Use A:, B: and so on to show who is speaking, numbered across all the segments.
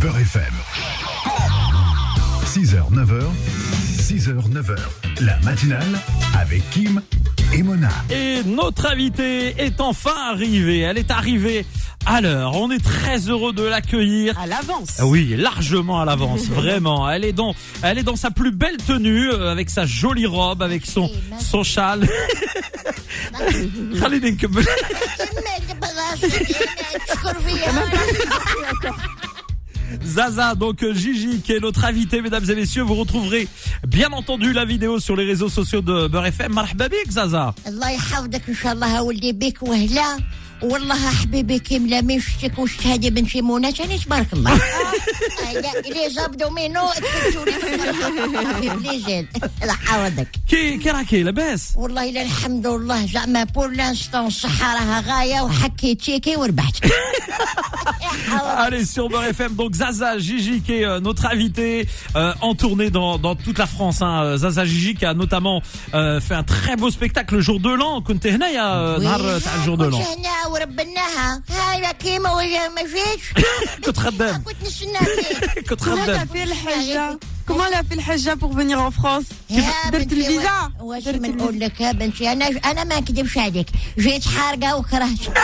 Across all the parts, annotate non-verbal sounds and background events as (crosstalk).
A: Peur FM. 6h, 9h, 6h, 9h. La matinale avec Kim et Mona.
B: Et notre invitée est enfin arrivée. Elle est arrivée à l'heure. On est très heureux de l'accueillir.
C: à l'avance.
B: Ah Oui, largement à l'avance, vraiment. Elle est dans, elle est dans sa plus belle tenue, euh, avec sa jolie robe, avec son, son châle. (laughs) Allez, Nick, Zaza, donc euh, Gigi, qui est notre invité, mesdames et messieurs, vous retrouverez bien entendu la vidéo sur les réseaux sociaux de Beurre FM. Marhaba bik, Zaza.
D: الله يحفظك ان شاء الله ولدي بك وهلا والله حبيبي كيم لا مشتك وش هادي بن شيمونة ثاني تبارك الله آه، لا، لي زابدو مينو تفتوني بليزيد الله يحفظك
B: Qui, qui راكي لاباس
D: والله لا الحمد لله زعما بور لانستون الصحة راها غاية وحكيت شيكي وربحت
B: Allez sur Beurre FM. Donc Zaza Gigi qui est euh, notre invité euh, en tournée dans, dans toute la France. Hein. Euh, Zaza Gigi qui a notamment euh, fait un très beau spectacle le jour de l'an. euh, كنت هنا يا (laughs) نهار تاع الجور de l'an. (laughs)
D: هنا وربناها هاي كيما وجه ما فيش
B: (laughs) كنت خدام
D: كنت نستنى فيك
B: كنت
C: Comment elle a
B: خدام
C: fait le hajja Comment elle a fait le hajja pour venir en France
D: يا
C: درت
D: بنتي
C: الفيزا
D: واش
C: درت
D: من
C: الفيزا.
D: نقول لك يا بنتي انا انا ما نكذبش عليك جيت حارقه وكرهت لا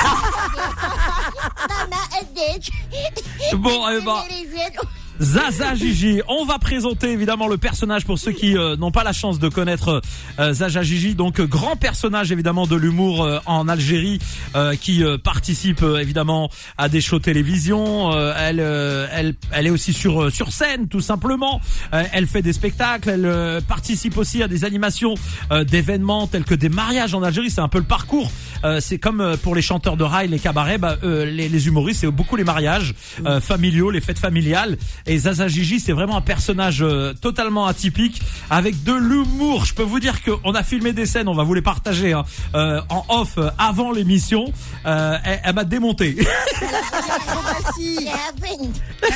D: ما اديت
B: Bon, eh
D: (laughs)
B: ben. Zaza Gigi, on va présenter évidemment le personnage pour ceux qui euh, n'ont pas la chance de connaître euh, Zaza Gigi, donc euh, grand personnage évidemment de l'humour euh, en Algérie euh, qui euh, participe euh, évidemment à des shows télévision, Euh, elle euh, elle elle est aussi sur euh, sur scène tout simplement, Euh, elle fait des spectacles, elle euh, participe aussi à des animations euh, d'événements tels que des mariages en Algérie, c'est un peu le parcours. Euh, c'est comme euh, pour les chanteurs de rail, les cabarets, bah, euh, les, les humoristes, c'est beaucoup les mariages euh, familiaux, les fêtes familiales. Et Zaza Gigi, c'est vraiment un personnage euh, totalement atypique, avec de l'humour. Je peux vous dire qu'on a filmé des scènes, on va vous les partager hein, euh, en off euh, avant l'émission. Euh, elle elle m'a démonté.
C: Acrobatie,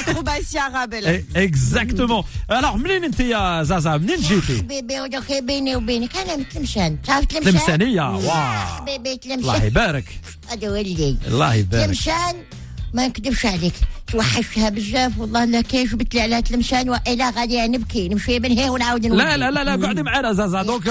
C: acrobatie arabe. elle.
B: Eh. Exactement. Alors, منين انت يا زازا منين جيتي
D: حبيبي ودوك بيني وبينك انا من تلمسان تعرف تلمسان
B: تلمسانية واو
D: حبيبي
B: الله
D: تلمسان
B: يبارك
D: هذا ولدي
B: الله يبارك
D: تلمسان ما نكذبش عليك توحشتها بزاف والله لا كيف بتلي على تلمسان والا غادي يعني نبكي نمشي من هنا ونعاود
B: لا لا لا لا قعدي معنا زازا دونك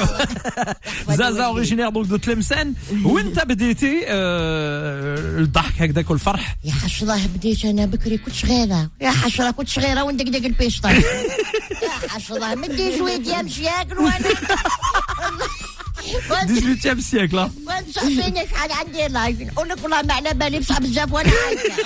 B: زازا اوريجينير دونك دو تلمسان وانت بديتي آه، الضحك هكذاك والفرح
D: يا حشرة بديت انا بكري كنت صغيرة يا حشرة كنت صغيرة وندقدق البيشطة يا حشرة مدي شوية يا مشياكل وانا وانت-
B: 18e siècle hein.
D: وانت صحفيني شحال عندي لايف نقول لك والله ما على بالي بصح بزاف وانا عايشة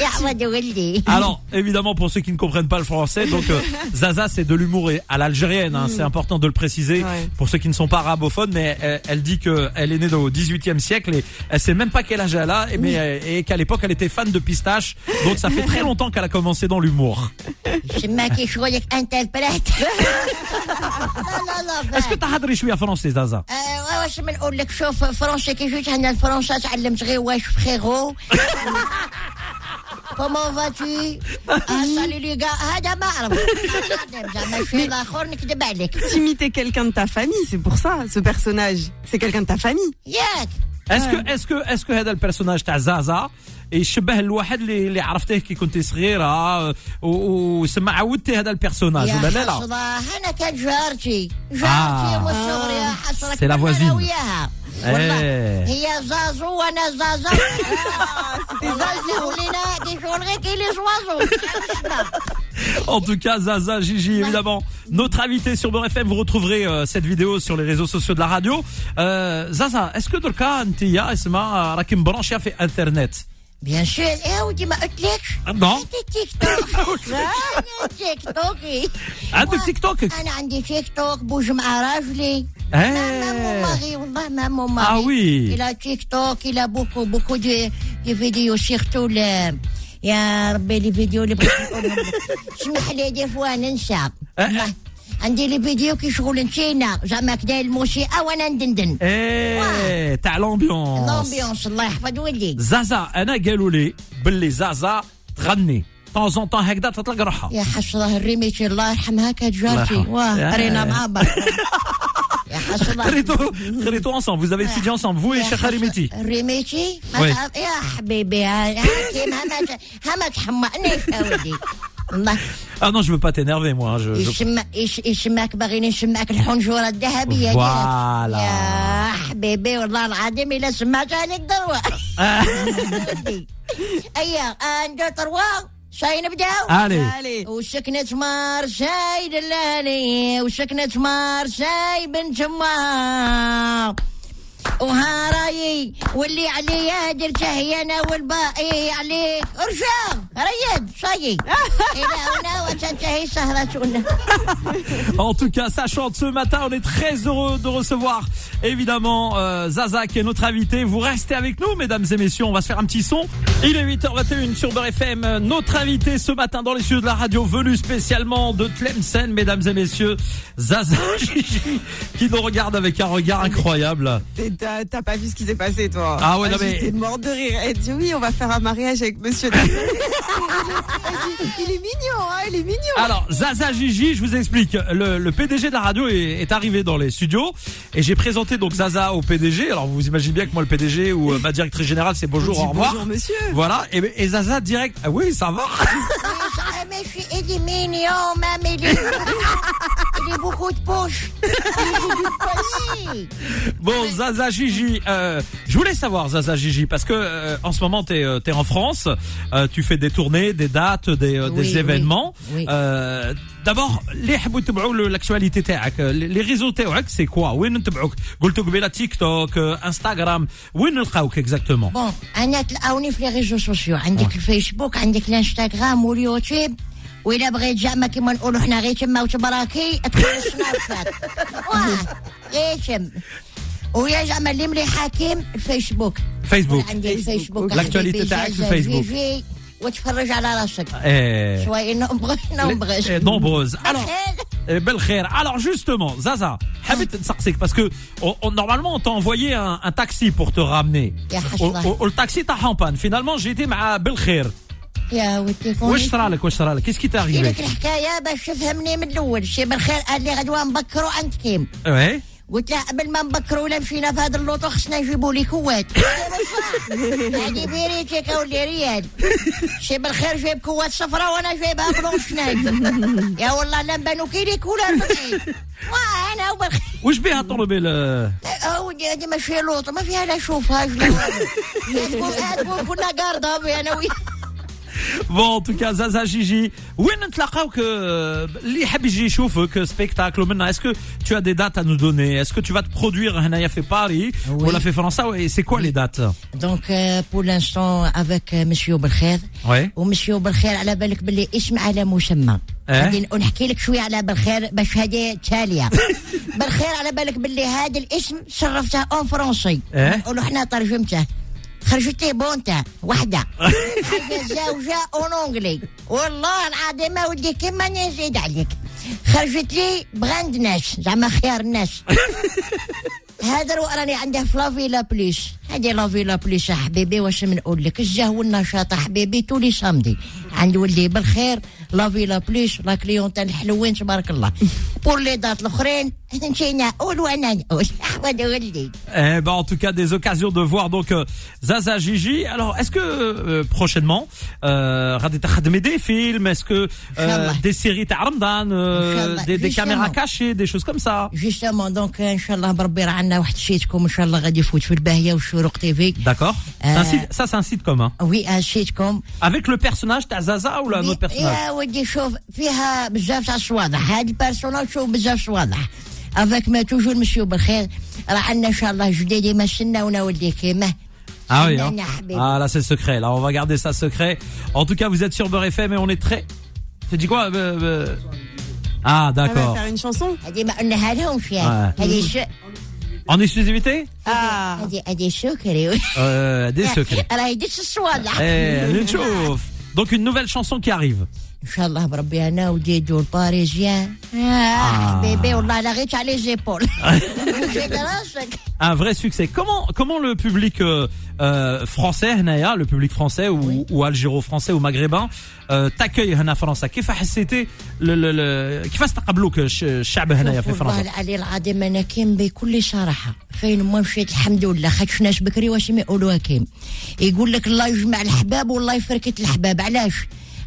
D: يا حمد ولدي
B: Alors, évidemment, pour ceux qui ne comprennent pas le français, donc euh, Zaza, c'est de l'humour et- à l'algérienne, hein, c'est important de le préciser
C: Ouais.
B: pour ceux qui ne sont pas arabophones, mais elle, elle dit que elle est née au 18e siècle et elle sait même pas quel âge elle a, et, mais, euh, et qu'à l'époque, elle était fan de pistache, donc ça fait très longtemps qu'elle a commencé dans l'humour.
D: سماكي شغلك انت البلاد لا لا لا
B: Est-ce que
D: بقى.
B: t'as hadri شوية français, Zaza
D: آه، واش ما نقول لك شوف فرنسا كي جيت هنا لفرنسا تعلمت غير واش
B: (laughs)
D: فخيغو كومون فاتي سالي لي كاع هذا ما اعرف زعما
B: (laughs)
D: شي الاخر نكذب عليك
C: T'imitais quelqu'un de ta famille, c'est pour ça, ce personnage. C'est quelqu'un de ta famille.
D: ياك
B: Est-ce que, est-ce que, est-ce que هذا البرسوناج تاع زازا يشبه الواحد اللي, اللي عرفتيه كي كنتي صغيرة آه، و- وسمع عودتي هذا البرسوناج
D: يا
B: ولا آه، لا لا؟
D: حسرة انا كان جارتي
B: آه.
D: جارتي من صغري يا حسرة
B: سي لا
D: كنا
B: فوازين.
D: انا وياها والله
B: إيه.
D: هي زازو
B: (laughs)
D: وانا زازا زازو ولينا كي شغل غير كي لي
B: (laughs)
D: زوازو
B: En tout cas, Zaza, Gigi, évidemment, notre invité sur Beurre FM, vous retrouverez euh, cette vidéo sur les réseaux sociaux de la radio. Euh, Zaza, est-ce que Dolka, Antia, Esma, Rakim Branchia fait Internet
D: بيان سور ايه ودي ما قلت لكش
B: Non
D: انت تيك
B: (laughs)
D: توك انا تيك توكي
B: عندك تيك توكك
D: انا عندي تيك توك بوج مع راجلي ما مون
B: Eh.
D: ماري والله ما مون ماري
B: Ah oui
D: الى تيك توك الى بوكو بوكو دي دي فيديو سيرتو ل- يا ربي لي فيديو اللي بغيت
B: (laughs)
D: نقولهم لك. اسمح لي دي فوا ننسى
B: أه.
D: والله. عندي لي فيديو كي شغل نسينا زعما كدا الموسيقى وانا ندندن
B: Eh, تاع l'ambiance
D: الامبيونس الله يحفظ وليدي
B: زازا انا قالوا لي باللي زازا تغني طون زون طون هكذا تطلق روحها
D: يا حشره الريميتي الله يرحمها كانت
B: الله
D: جارتي
B: يرحمها.
D: واه
B: يا-
D: قرينا مع بعض يا حسن
B: Très tôt, très tôt ensemble. Vous avez étudié ensemble, vous et Cheikh Harimiti.
D: ريميتي ما
B: وي.
D: تعرف- يا حبيبي يا حكيم هما هما تحمقنيش يا ولدي والله
B: Ah non, je veux pas t'énerver, moi. Je, je-
D: يشم يش- يشمك باغيين يشمك الحنجره الذهبيه
B: فوالا.
D: يا حبيبي والله العظيم الا سمعت عليك ذروه (laughs)
B: Ah,
D: ايا ان دو تروا شاي نبداو
B: allez.
C: Allez.
D: وسكنت مارساي دلالي وسكنت مارساي بنت ما وها رايي واللي عليا درته هي انا والباقي عليك ارجع ريد صاي الى هنا وتنتهي سهرتنا
B: En tout cas, ça chante ce matin. On est très heureux de recevoir évidemment euh, Zaza qui est notre invité. Vous restez avec nous, mesdames et messieurs. On va se faire un petit son. Il est 8h21 sur Beurre FM. Euh, Notre invité ce matin dans les studios de la radio, venu spécialement de Tlemcen, mesdames et messieurs, Zaza (laughs) Gigi, qui nous regarde avec un regard incroyable.
C: T'es- T'as t'as pas vu ce qui s'est passé, toi.
B: Ah ouais, non, mais-
C: J'étais morte de rire. Elle dit oui, on va faire un mariage avec monsieur.
B: (laughs)
C: Elle dit, il est mignon, hein, il est mignon.
B: Alors, Zaza Gigi, je vous explique. Le, le PDG de la radio est, est arrivé dans les studios et j'ai présenté donc Zaza au PDG. Alors, vous imaginez bien que moi, le PDG ou euh, ma directrice générale, c'est
C: On
B: bonjour,
C: dit,
B: au revoir.
C: Bonjour, monsieur.
B: Voilà, et, et Zaza direct. Ah oui, ça
D: (laughs)
B: va.
D: Mais je suis il est mignon, même (laughs) il est, il est beaucoup de poches. Il est beaucoup de poches. Oui.
B: Bon, Zaza Gigi, euh, je voulais savoir Zaza Gigi parce que euh, en ce moment t'es euh, t'es en France, euh, tu fais des tournées, des dates, des, euh,
D: Oui,
B: des
D: oui,
B: événements.
D: oui.
B: Euh, D'abord, les حبوا تبعوا le- l'actualité تاعك, euh, les les réseaux تاعك, c'est quoi وين تبعوك قلتوا قبيله TikTok, euh, Instagram, وين نلقاوك exactement
D: بون انا تلقاوني في لي ريزو سوسيو عندك الفيسبوك عندك الانستغرام واليوتيوب وإلا بغيت زعما كيما نقولوا حنا غير تما وتبراكي تكون السناب
B: (laughs)
D: شات واه غير تم ويا زعما اللي مليحه كيم الفيسبوك
B: Facebook.
D: عندي الفيسبوك
B: L'actualité
D: حبيبي،
B: تاعك في
D: جاجا،
B: الفيسبوك.
D: جيجي، وتفرج على راسك
B: Eh,
D: شوي نبغي
B: eh,
D: نبغي
B: nombreuses. Alors, Eh, belle khair. Alors justement, Zaza, habite Sarksik, parce que on- on- normalement on t'a envoyé un, un taxi pour te ramener.
D: يا
B: Au-
D: حشره
B: au- au- Le taxi t'a en panne. Finalement, j'ai été à Belkhair.
D: يا ودي كوني
B: Wesh tralek, wesh tralek. Qu'est-ce qui t'est
D: نحكي
B: arrivé
D: لك الحكايه باش تفهمني من الاول شي بالخير قال لي غدوه نبكروا عند كيم
B: Ouais.
D: قلت له قبل ما نبكروا ولا مشينا في هذا اللوطو خصنا يجيبوا لي كوات يعني هذه بيريتك اولي ريال شي بالخير جايب كوات صفراء وانا جايبها بلونش نايم يا والله لا نبانو كي ليك ولا نبكي وانا وبالخير
B: Wesh biha طلبي ال-
D: او دي دي ماشي لوط ما فيها لا شوفها شنو تقول كنا قارضه انا وياك
B: Bon, en tout cas, Zaza Gigi, où est-ce que euh, les habits chauffent que spectacle maintenant Est-ce que tu as des dates à nous donner Est-ce que tu vas te produire Hanaya fait Paris
D: Oui.
B: ou la fait France Et c'est quoi les dates
D: دونك آه، بور لانستون افيك آه، مسيو بالخير
B: Ouais.
D: ومسيو بالخير على بالك باللي اسم على مسمى
B: إيه؟
D: غادي نحكي لك شويه على بالخير باش هذه تاليه بالخير على بالك باللي هذا الاسم شرفته اون فرونسي
B: إيه؟
D: نقولوا حنا ترجمته خرجت لي بونتا وحده حاجه زوجه اون اونجلي والله العظيم ما ولدي كيما نزيد عليك خرجت لي براند ناس زعما خيار الناس هذا رو راني عنده في لافيلا بليس هذه لافيلا بليس يا حبيبي واش نقول لك الجه والنشاط يا حبيبي تولي سامدي عند ولدي بالخير لافيلا بليس لا كليونتان الحلوين تبارك الله بور لي دات الاخرين نسينا نقول وانا نقول (laughs) احمد ولدي
B: Eh ben, en tout cas, des occasions de voir donc euh, Zaza Gigi. Alors, est-ce que euh, prochainement, euh, Radita Khadmé des films, est-ce que euh,
D: Inch'Allah.
B: des séries t'as Ramadan, euh,
D: Inch'Allah,
B: des, des
D: justement.
B: caméras cachées, des choses comme ça
D: جوستومون دونك ان شاء الله بربي راه عندنا واحد سيتكم ان شاء الله غادي يفوت في الباهيه والشروق تي في
B: D'accord. C'est un
D: Euh,
B: site- Ça, c'est un site commun.
D: وي ان سيتكم
B: Avec le personnage t'as Zaza ou là, un autre personnage
D: يا ودي شوف فيها بزاف تاع الصوالح هاد البيرسوناج شوف بزاف صوالح افاك ما توجور مسيو بالخير راه عندنا ان شاء الله جديد يمسنا ونولي كيما
B: Ah oui, hein.
D: حنانا حبيبي
B: Ah là c'est secret. Là on va garder ça secret. En tout cas vous êtes sur Beurre FM et on est très. Tu dis quoi euh, euh, Ah
C: Elle va
B: d'accord.
D: bah,
C: faire une chanson.
D: هادي ما قلناها لهمش يعني
B: آه.
D: هادي شو
B: En exclusivité
C: Ah.
D: هادي هادي سكري
B: euh,
D: Ah,
B: Des
D: (laughs)
B: secrets.
D: راهي ديش الصوالح
B: Eh, les tchouf. Donc une nouvelle chanson qui arrive.
D: ان شاء الله بربي انا وديدو الباريزيان آه حبيبي والله لا غيت على جيبول (laughs) وجيت راسك
B: Un vrai succès. Comment comment le public euh, euh, français, Naya, le public français ou, ou algéro-français ou maghrébin آه، تاكاي هنا فرنسا كيف حسيتي ل- ل- ل- كيف استقبلوك الش- الشعب هنايا في
D: شوف والله
B: فرنسا
D: العلي العظيم انا كيم بكل صراحه فين ما مشيت الحمد لله خدش ناس بكري واش ما يقولوها كيم يقول لك الله يجمع الحباب والله يفركت الحباب علاش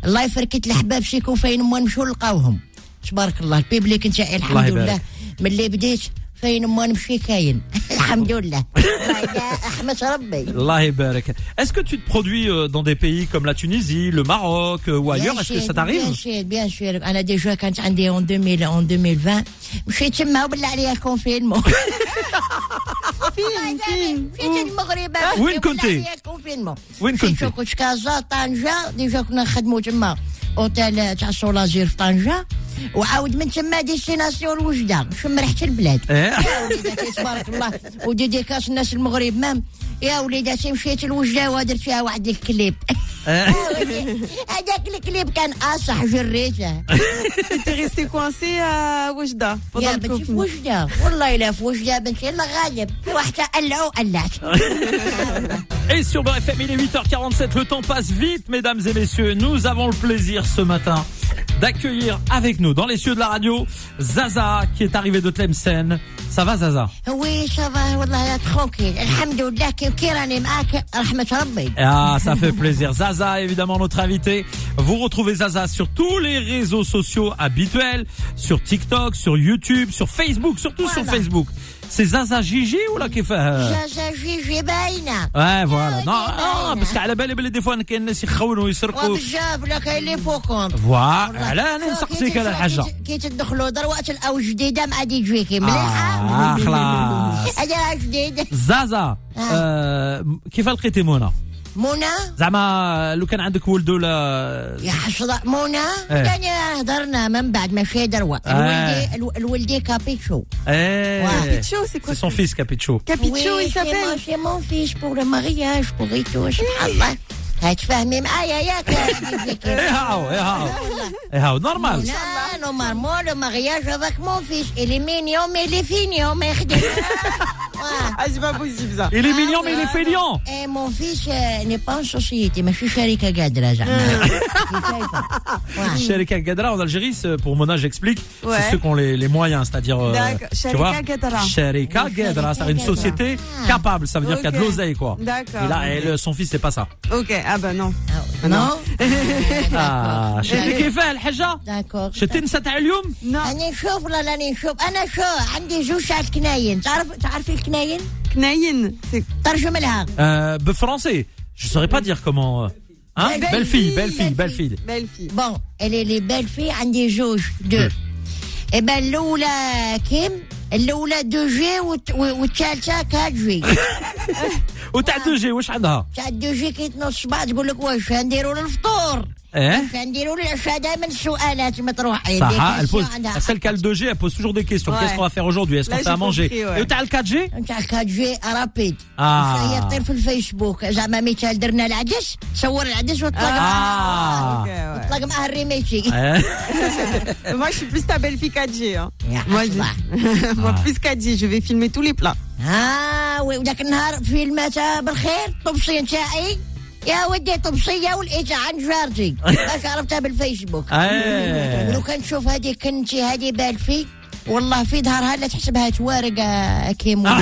D: الله يفركت الحباب سيكو فين ما نمشوا نلقاوهم تبارك الله البيبليك نتاعي
B: الله
D: الحمد
B: يبارك.
D: لله ملي بديت فين ما نمشي كاين (laughs) الحمد
B: (laughs)
D: لله هذا احمد ربي
B: الله يبارك Est-ce que tu te produis euh, dans des pays comme la Tunisie, le Maroc euh, ou ailleurs Est-ce que ça t'arrive
D: بيان سور بيان سور انا ديجا كانت عندي اون 2000 اون 2020 مشيت تما وبالله عليها كونفينمون
C: Oh فين فين
D: فين المغرب
B: وين كنتي؟ وين كنتي؟
D: كنت كازا طنجة ديجا كنا نخدموا تما اوتيل تاع سولازير في طنجة وعاود من تما ديستيناسيون الوجدة شم ريحة البلاد
B: إيه.
D: يا وليداتي تبارك الله وديديكاس الناس المغرب مام يا وليداتي مشيت الوجدة ودرت فيها واحد (laughs) الكليب Ah,
B: Hein
D: هذاك الكليب كان اصح جريته
C: T'es resté coincé à Oujda pendant
D: يا
C: le
D: بنتي في
C: confinement.
D: وجدة والله الا في وجدة بنتي الله غالب وحتى قلعوا قلعت
B: Et sur BFM, il est 8h47, le temps passe vite, mesdames et messieurs. Nous avons le plaisir ce matin d'accueillir avec nous, dans les cieux de la radio, Zaza, qui est arrivé de Tlemcen. Ça va, Zaza
D: وي صافا والله تخونكي الحمد لله كيف كي راني معاك رحمة ربي
B: Ah, ça (laughs) fait plaisir. Zaza, évidemment, notre invité. Vous retrouvez Zaza sur tous les réseaux sociaux habituels, sur TikTok, sur YouTube, sur Facebook, surtout sur
D: Voilà.
B: Facebook. C'est Zaza Gigi ou là qui fait... euh,
D: جا جيجي باينة
B: Ouais, voilà.
D: ouais,
B: Non,
D: ouais,
B: ah,
D: ouais.
B: parce qu'à la belle, belle, des fois, on a des gens qui sont
D: وبزاف لا كاين اللي فوقهم
B: Voilà. Là, on a
D: شوف كي
B: sorti
D: تدخل-
B: la haja.
D: كي ت- كي تدخلوا دروات الاو جديدة مع دي جيكي
B: آه
D: مليحة
B: خلاص
D: هذا جديد
B: زازا آه، كيف لقيتي منى
D: منى
B: زعما لو كان عندك ولد ولا
D: يا حشرة منى
B: إيه.
D: يعني هضرنا من بعد ماشي دروا الولدي الو- الولدي كابيتشو
B: ايه
C: Capicho, c'est quoi
B: Eh, C'est son
C: ça
B: fils Capicho
C: Capicho,
D: Oui,
C: il
D: c'est mon-
C: s'appelle.
D: c'est mon fils pour le mariage, pour et tout, سبحان الله. هتفهمي معايا ياك
B: ايه هاو ايه هاو ايه هاو نورمال
D: لا نورمالمون لو مارياج افاك مون فيش الي مينيون مي الي فينيون ما يخدمش واه.
C: Ah, c'est pas possible ça.
B: Il est mignon mais il est fainéant
D: إيه، مون فيش آه، ني با سوسيتي ماشي شركه قادره زعما (laughs) شايفة؟ واه.
B: (laughs) Sherika Gadra en Algérie, c'est- pour Mona, j'explique,
C: Ouais.
B: c'est ceux qui ont les, les moyens, c'est-à-dire. euh,
C: D'accord.
B: tu
C: Sherika
B: vois,
C: Gadra.
B: Sherika
D: Oui,
B: Gadra, c'est une
D: Sherika
B: société capable, ça veut dire qu'il y a de
C: Ok.
B: l'oseille, quoi.
C: D'accord.
B: Et là, elle, son fils, c'est pas ça.
C: Ok, ah bah non.
D: آه، نو
B: Ah, je sais qu'il fait, Alhaja.
D: داكور
B: Je t'aime, ça t'a allium
C: (laughs) Non,
D: راني نشوف والله راني نشوف انا شو عندي جوج تاع الكناين تعرف تعرفي الكناين
C: Knaïn. C'est
D: ترجم لها
B: Euh, bah, français. Je saurais pas dire comment. euh, Hein
D: Belle
B: belle fille,
D: fille,
B: belle fille, belle
D: belle
B: fille.
C: belle fille.
D: بون اللي لي بيل في عندي جوج دو
B: Deux.
D: اي بان الاولى كيم الاولى دو جي والت- والثالثه كات جي
B: Ou t'as deux G, wesh عندها
D: تاع الدو جي كي تنص بعض تقول لك واش نديروا للفطور
B: Hein
D: واش نديروا للعشاء دائما السؤالات مطروحين
B: Ça,
D: دي
B: hein, elle
D: كاسيون
B: pose,
D: عندها
B: celle qui a le 2G, elle pose toujours des questions.
C: Ouais.
B: Qu'est-ce qu'on va faire aujourd'hui Est-ce qu'on
C: Là,
B: fait à
C: j'ai
B: manger
C: compris, ouais.
B: Et t'as le 4G
D: تاع كات جي رابيد
B: آه.
D: واش هي تطير في الفيسبوك زعما مثال درنا العدس تصور العدس
B: آه.
D: وتطلق معاه
B: Ah
C: Ok, ouais.
D: تطلق معاه الريميتي
B: Hein
C: euh, Moi, je suis plus ta belle fille 4G. hein.
D: يا
C: Moi,
D: الله.
B: Ah.
C: je- (laughs) Moi, plus 4G, je vais filmer tous les plats.
D: اه وذاك النهار فيلم تاع بالخير طبسي نتاعي يا ودي طبسيه ولقيتها عند
B: (laughs)
D: جارتي باش عرفتها بالفيسبوك
B: Eh. آه.
D: ولو كان تشوف هذه كنتي هذه بالفي والله في ظهرها لا تحسبها توارق آه، كيمو (laughs)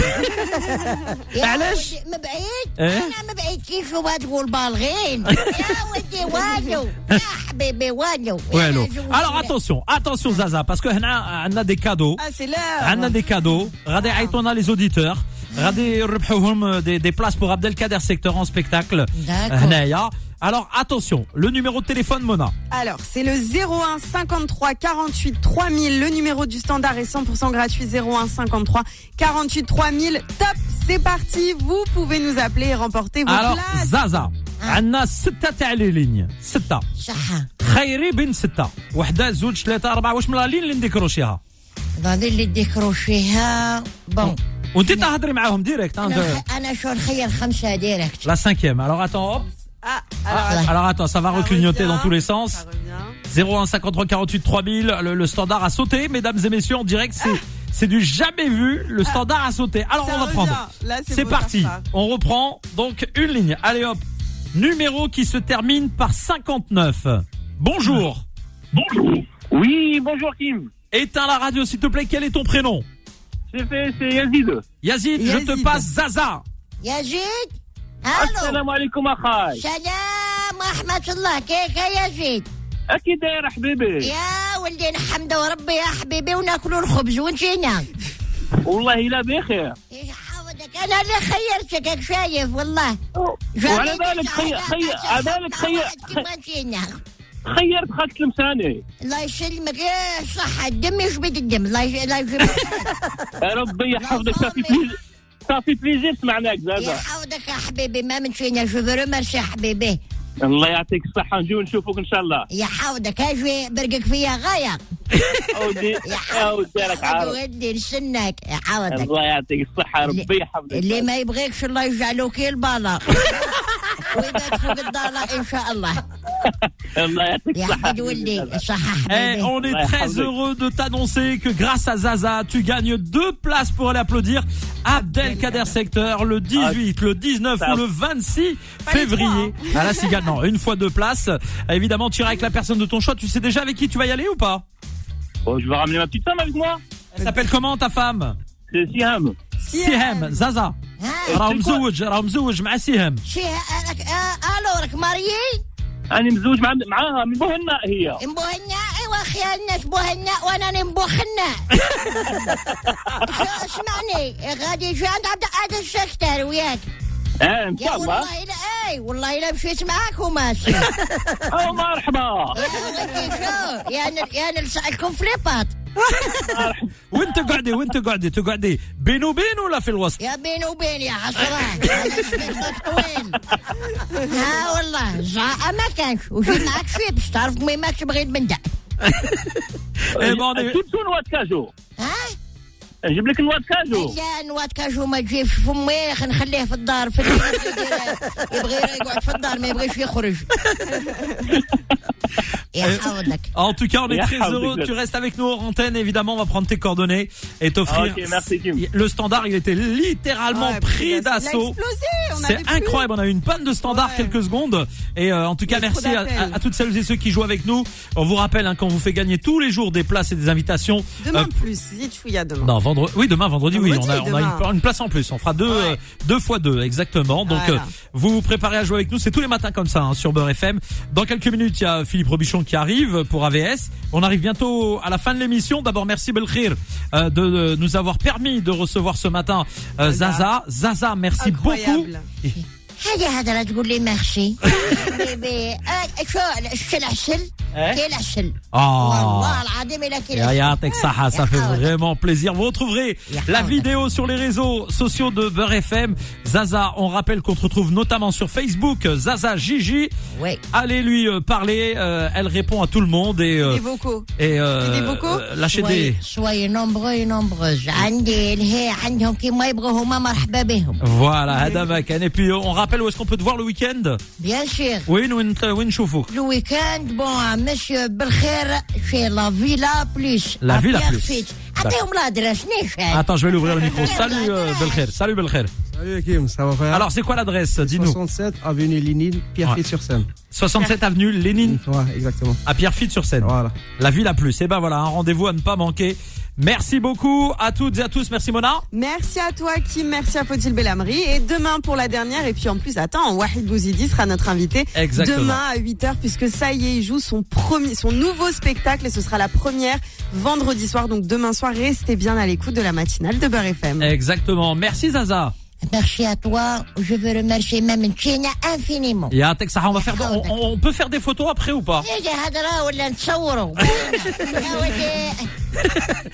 D: يا
B: علاش؟
D: ودي، مبعيد
B: إيه؟
D: انا مبعيد كي نشوفها تقول بالغين يا ودي والو يا حبيبي والو
B: Ouais,
D: يا
B: allô.
D: زوجي.
B: Alors attention, attention Zaza, parce que هنا عندنا des cadeaux.
C: Ah, c'est là.
B: عندنا des cadeaux. غادي يعيطونا les auditeurs. غادي يربحوهم des, des places pour Abdelkader Secteur en spectacle.
D: D'accord.
B: هنايا. Alors attention, le numéro de téléphone Mona.
C: Alors, c'est le 01 53 48 3000. Le numéro du standard est 100% gratuit. 01 53 48 3000. Top, c'est parti. Vous pouvez nous appeler et remporter vos
B: Alors
C: places.
B: Zaza,
C: Hein?
B: عندنا ستة تاع لي ليني. ستة.
D: صح
B: خيري بين ستة. وحدة زوج ثلاثة أربعة واش من لا لين اللي نديكروشيها.
D: غادي اللي ديكروشيها بون
B: وانت تهضري معاهم ديريكت. hein,
D: انا
B: de-
D: خ- انا شو نخير خمسه ديريكت
B: La cinquième. Alors attends, hop.
C: Ah, alors,
D: Ah,
B: Alors attends, ça va
C: ça
B: reclignoter
C: revient,
B: dans tous les
C: ça
B: sens.
C: revient.
B: 01 53 48 3000, le, le standard a sauté, mesdames et messieurs, en direct, c'est c'est du jamais vu, le standard a sauté. Alors
C: Ah. Ça
B: on va
C: revient.
B: prendre.
C: Là, c'est
B: C'est
C: beau,
B: parti,
C: ça.
B: on reprend donc une ligne. Allez hop, numéro qui se termine par 59. Bonjour.
E: Bonjour. Oui, bonjour Kim.
B: Éteins la radio, s'il te plaît. Quel est ton prénom
E: C'est fait, c'est Yazid.
B: Yazid, je te
C: Yazid.
B: passe Zaza.
D: يزيد الو
E: السلام عليكم اخاي
D: سلام ورحمة الله كيف يا يزيد
E: اكيد داير حبيبي
D: يا ولدي نحمد ربي يا حبيبي وناكلوا الخبز ونجينا
E: والله لا بخير
D: حاولك انا اللي خيرتك هيك شايف والله
E: وعلى بالك خي... خي... على بالك خي... خي...
D: خير
E: خيرت خاك لمساني
D: الله يسلمك ايه صح الدم يجبد الدم الله يج- الله
E: (laughs)
D: يجبد
E: يا ربي يحفظك صافي بليزير صافي بليزير سمعناك
D: يا
E: زاد
D: حاولك يا حبيبي ما منشينا شو برمرسي يا حبيبي
E: الله يعطيك الصحه نجي نشوفك ان شاء الله
D: يا حاولك اجي برقك فيا غايه
E: اودي
D: يا
E: اودي راك عارف
D: ودي نسنك يا حاولك
E: الله يعطيك الصحه ربي
D: اللي
E: يحفظك
D: ما يبغيكش الله يجعله كي
E: (laughs)
D: البالا ويبات فوق الدالة ان شاء الله
E: الله يعطيك
D: يا
E: الصحه
D: حمد ولدي صح
B: Eh,
D: حبيبي
B: on est
E: Ouais,
B: très
E: pardon.
B: heureux de t'annoncer que grâce à Zaza, tu gagnes deux places pour aller applaudir Abdelkader Secteur le 18, le 19
E: ça-
B: ou le 26
C: les
B: février. Ah là, s'il gagne, non, une fois deux places. Eh, Évidemment, tu iras avec la personne de ton choix. Tu sais déjà avec qui tu vas y aller ou pas
E: Oh, je vais ramener ma petite femme avec moi
B: Elle s'appelle comment ta femme
E: c'est Siam
B: Sihem, Zaza.
D: ها
B: راهو
E: tu sais quoi
B: مزوج راهو مزوج مع سيهم
D: شي ها- راك- آه، الو راك ماريي
E: انا مزوج مع... معاها من بوهنا هي
D: مبوهنا ايوا خيالنا تبوهنا وانا نبوخنا شو- اسمعني غادي نجي عند عبد القادر السكتر وياك
E: اه ان
D: يا
E: شاء الله
D: والله لا اي والله لا مشيت معاك وماش
E: او مرحبا
D: يا ن- يا نلصقكم في ليبات
B: وانت قعدي وانت قعدي تقعدي بين وبين ولا في الوسط
D: يا بيني وبين يا حسران أنا شبيك طويل ها والله زعقة ما كانش وجيب معاك شيبس تعرف ما ماكش بغيت من دعك
B: Eh ben, on est-
E: جبت نواد كاجو
D: ها
E: نجيب لك نواد كاجو
D: لا نوات كاجو ما تجيبش فمي خ- نخليه في الدار في الليل. يبغي يقعد في الدار ما يبغيش يخرج يا حولك
B: En tout cas, on est
E: Yeah,
B: très
E: I'm
B: heureux.
E: good.
B: Tu restes avec nous en antenne. Évidemment, on va prendre tes coordonnées et t'offrir.
E: Ah, Ok, merci, Kim.
B: Le standard, il était littéralement
C: Ouais,
B: pris
C: putain, c'est- il a
B: d'assaut.
C: explosé, on avait
B: C'est
C: plus.
B: incroyable. On a eu une panne de standard
C: Ouais.
B: quelques secondes. Et euh, en tout cas,
C: Il y a trop
B: merci à,
C: d'appels.
B: à- à toutes celles et ceux qui jouent avec nous. On vous rappelle hein, qu'on vous fait gagner tous les jours des places et des invitations.
C: Demain
B: Euh,
C: plus, Zichouya demain.
B: non, vendredi. Oui, demain, vendredi, oui. On a,
C: Vendredi,
B: on a
C: demain.
B: une, une place en plus. On fera deux,
C: Ouais.
B: euh, deux fois deux, exactement. Donc,
C: Voilà.
B: euh, vous vous préparez à jouer avec nous. C'est tous les matins comme ça hein, sur Beurre FM. Dans quelques minutes, il y a Philippe Robichon qui arrive pour AVS. On arrive bientôt à la fin de l'émission. D'abord, merci Belkhir euh, de, de nous avoir permis de recevoir ce matin euh, Zaza. Zaza, merci
C: Incroyable.
B: beaucoup.
D: هذه هضرة تقول لي ميرسي حبيبي آه، شو شو العسل؟ كي العسل
B: Oh.
D: والله العظيم الا
B: Et
D: كي العسل
B: rien, Tex Saha, ça fait
D: Ah ouais.
B: vraiment plaisir. Vous retrouverez
D: Yeah.
B: la vidéo sur les réseaux sociaux de Beurre FM. Zaza, on rappelle qu'on te retrouve notamment sur Facebook, euh, Zaza Gigi.
D: Ouais.
B: Allez lui euh, parler, euh, elle répond à tout le monde et euh,
C: Les vocaux.
B: et euh,
C: des vocaux
B: euh, lâchez
D: شوي
B: des
D: شوي نومبغي نومبغوز عندي الهي عندهم كيما يبغوا هما مرحبا بهم
B: voilà, Hadamakan. Et puis, euh, on rappelle où est-ce qu'on peut te voir le week-end
D: بيان سيغ
B: Oui, nous, euh, nous, nous, nous chauffons.
D: الويكاند بون مسيو بالخير في لا فيلا بليس
B: La Villa Plus. Ah.
D: عطيهم الادرس نيش هاد.
B: Attends, je vais l'ouvrir le micro. Salut, euh, Belkher. Salut, Belkher.
F: Salut Kim, ça va frère
B: Alors, c'est quoi l'adresse Dis-nous.
F: 67 avenue Lénine, Pierrefitte-sur-Seine.
B: 67 avenue Lénine
F: Ouais, exactement.
B: à Pierrefitte-sur-Seine.
F: Voilà.
B: La ville a plus. Et ben voilà, un rendez-vous à ne pas manquer. Merci beaucoup à toutes et à tous. Merci Mona.
C: Merci à toi, Kim. Merci à Fodil Bellamri. Et demain pour la dernière. Et puis en plus, attends, Wahid Bouzidi sera notre invité.
B: Exactement.
C: Demain à 8h, puisque ça y est, il joue son, premier, son nouveau spectacle. Et ce sera la première vendredi soir. Donc demain soir, restez bien à l'écoute de la matinale de Beurre FM.
B: Exactement. Merci Zaza.
D: Merci à toi. Je veux remercier même China infiniment.
B: Et à Texas, on va faire, on, on- on peut faire des photos après ou pas? (laughs)
D: Ah, نيجي هضره ولا نتصوروا وين؟ يا ودي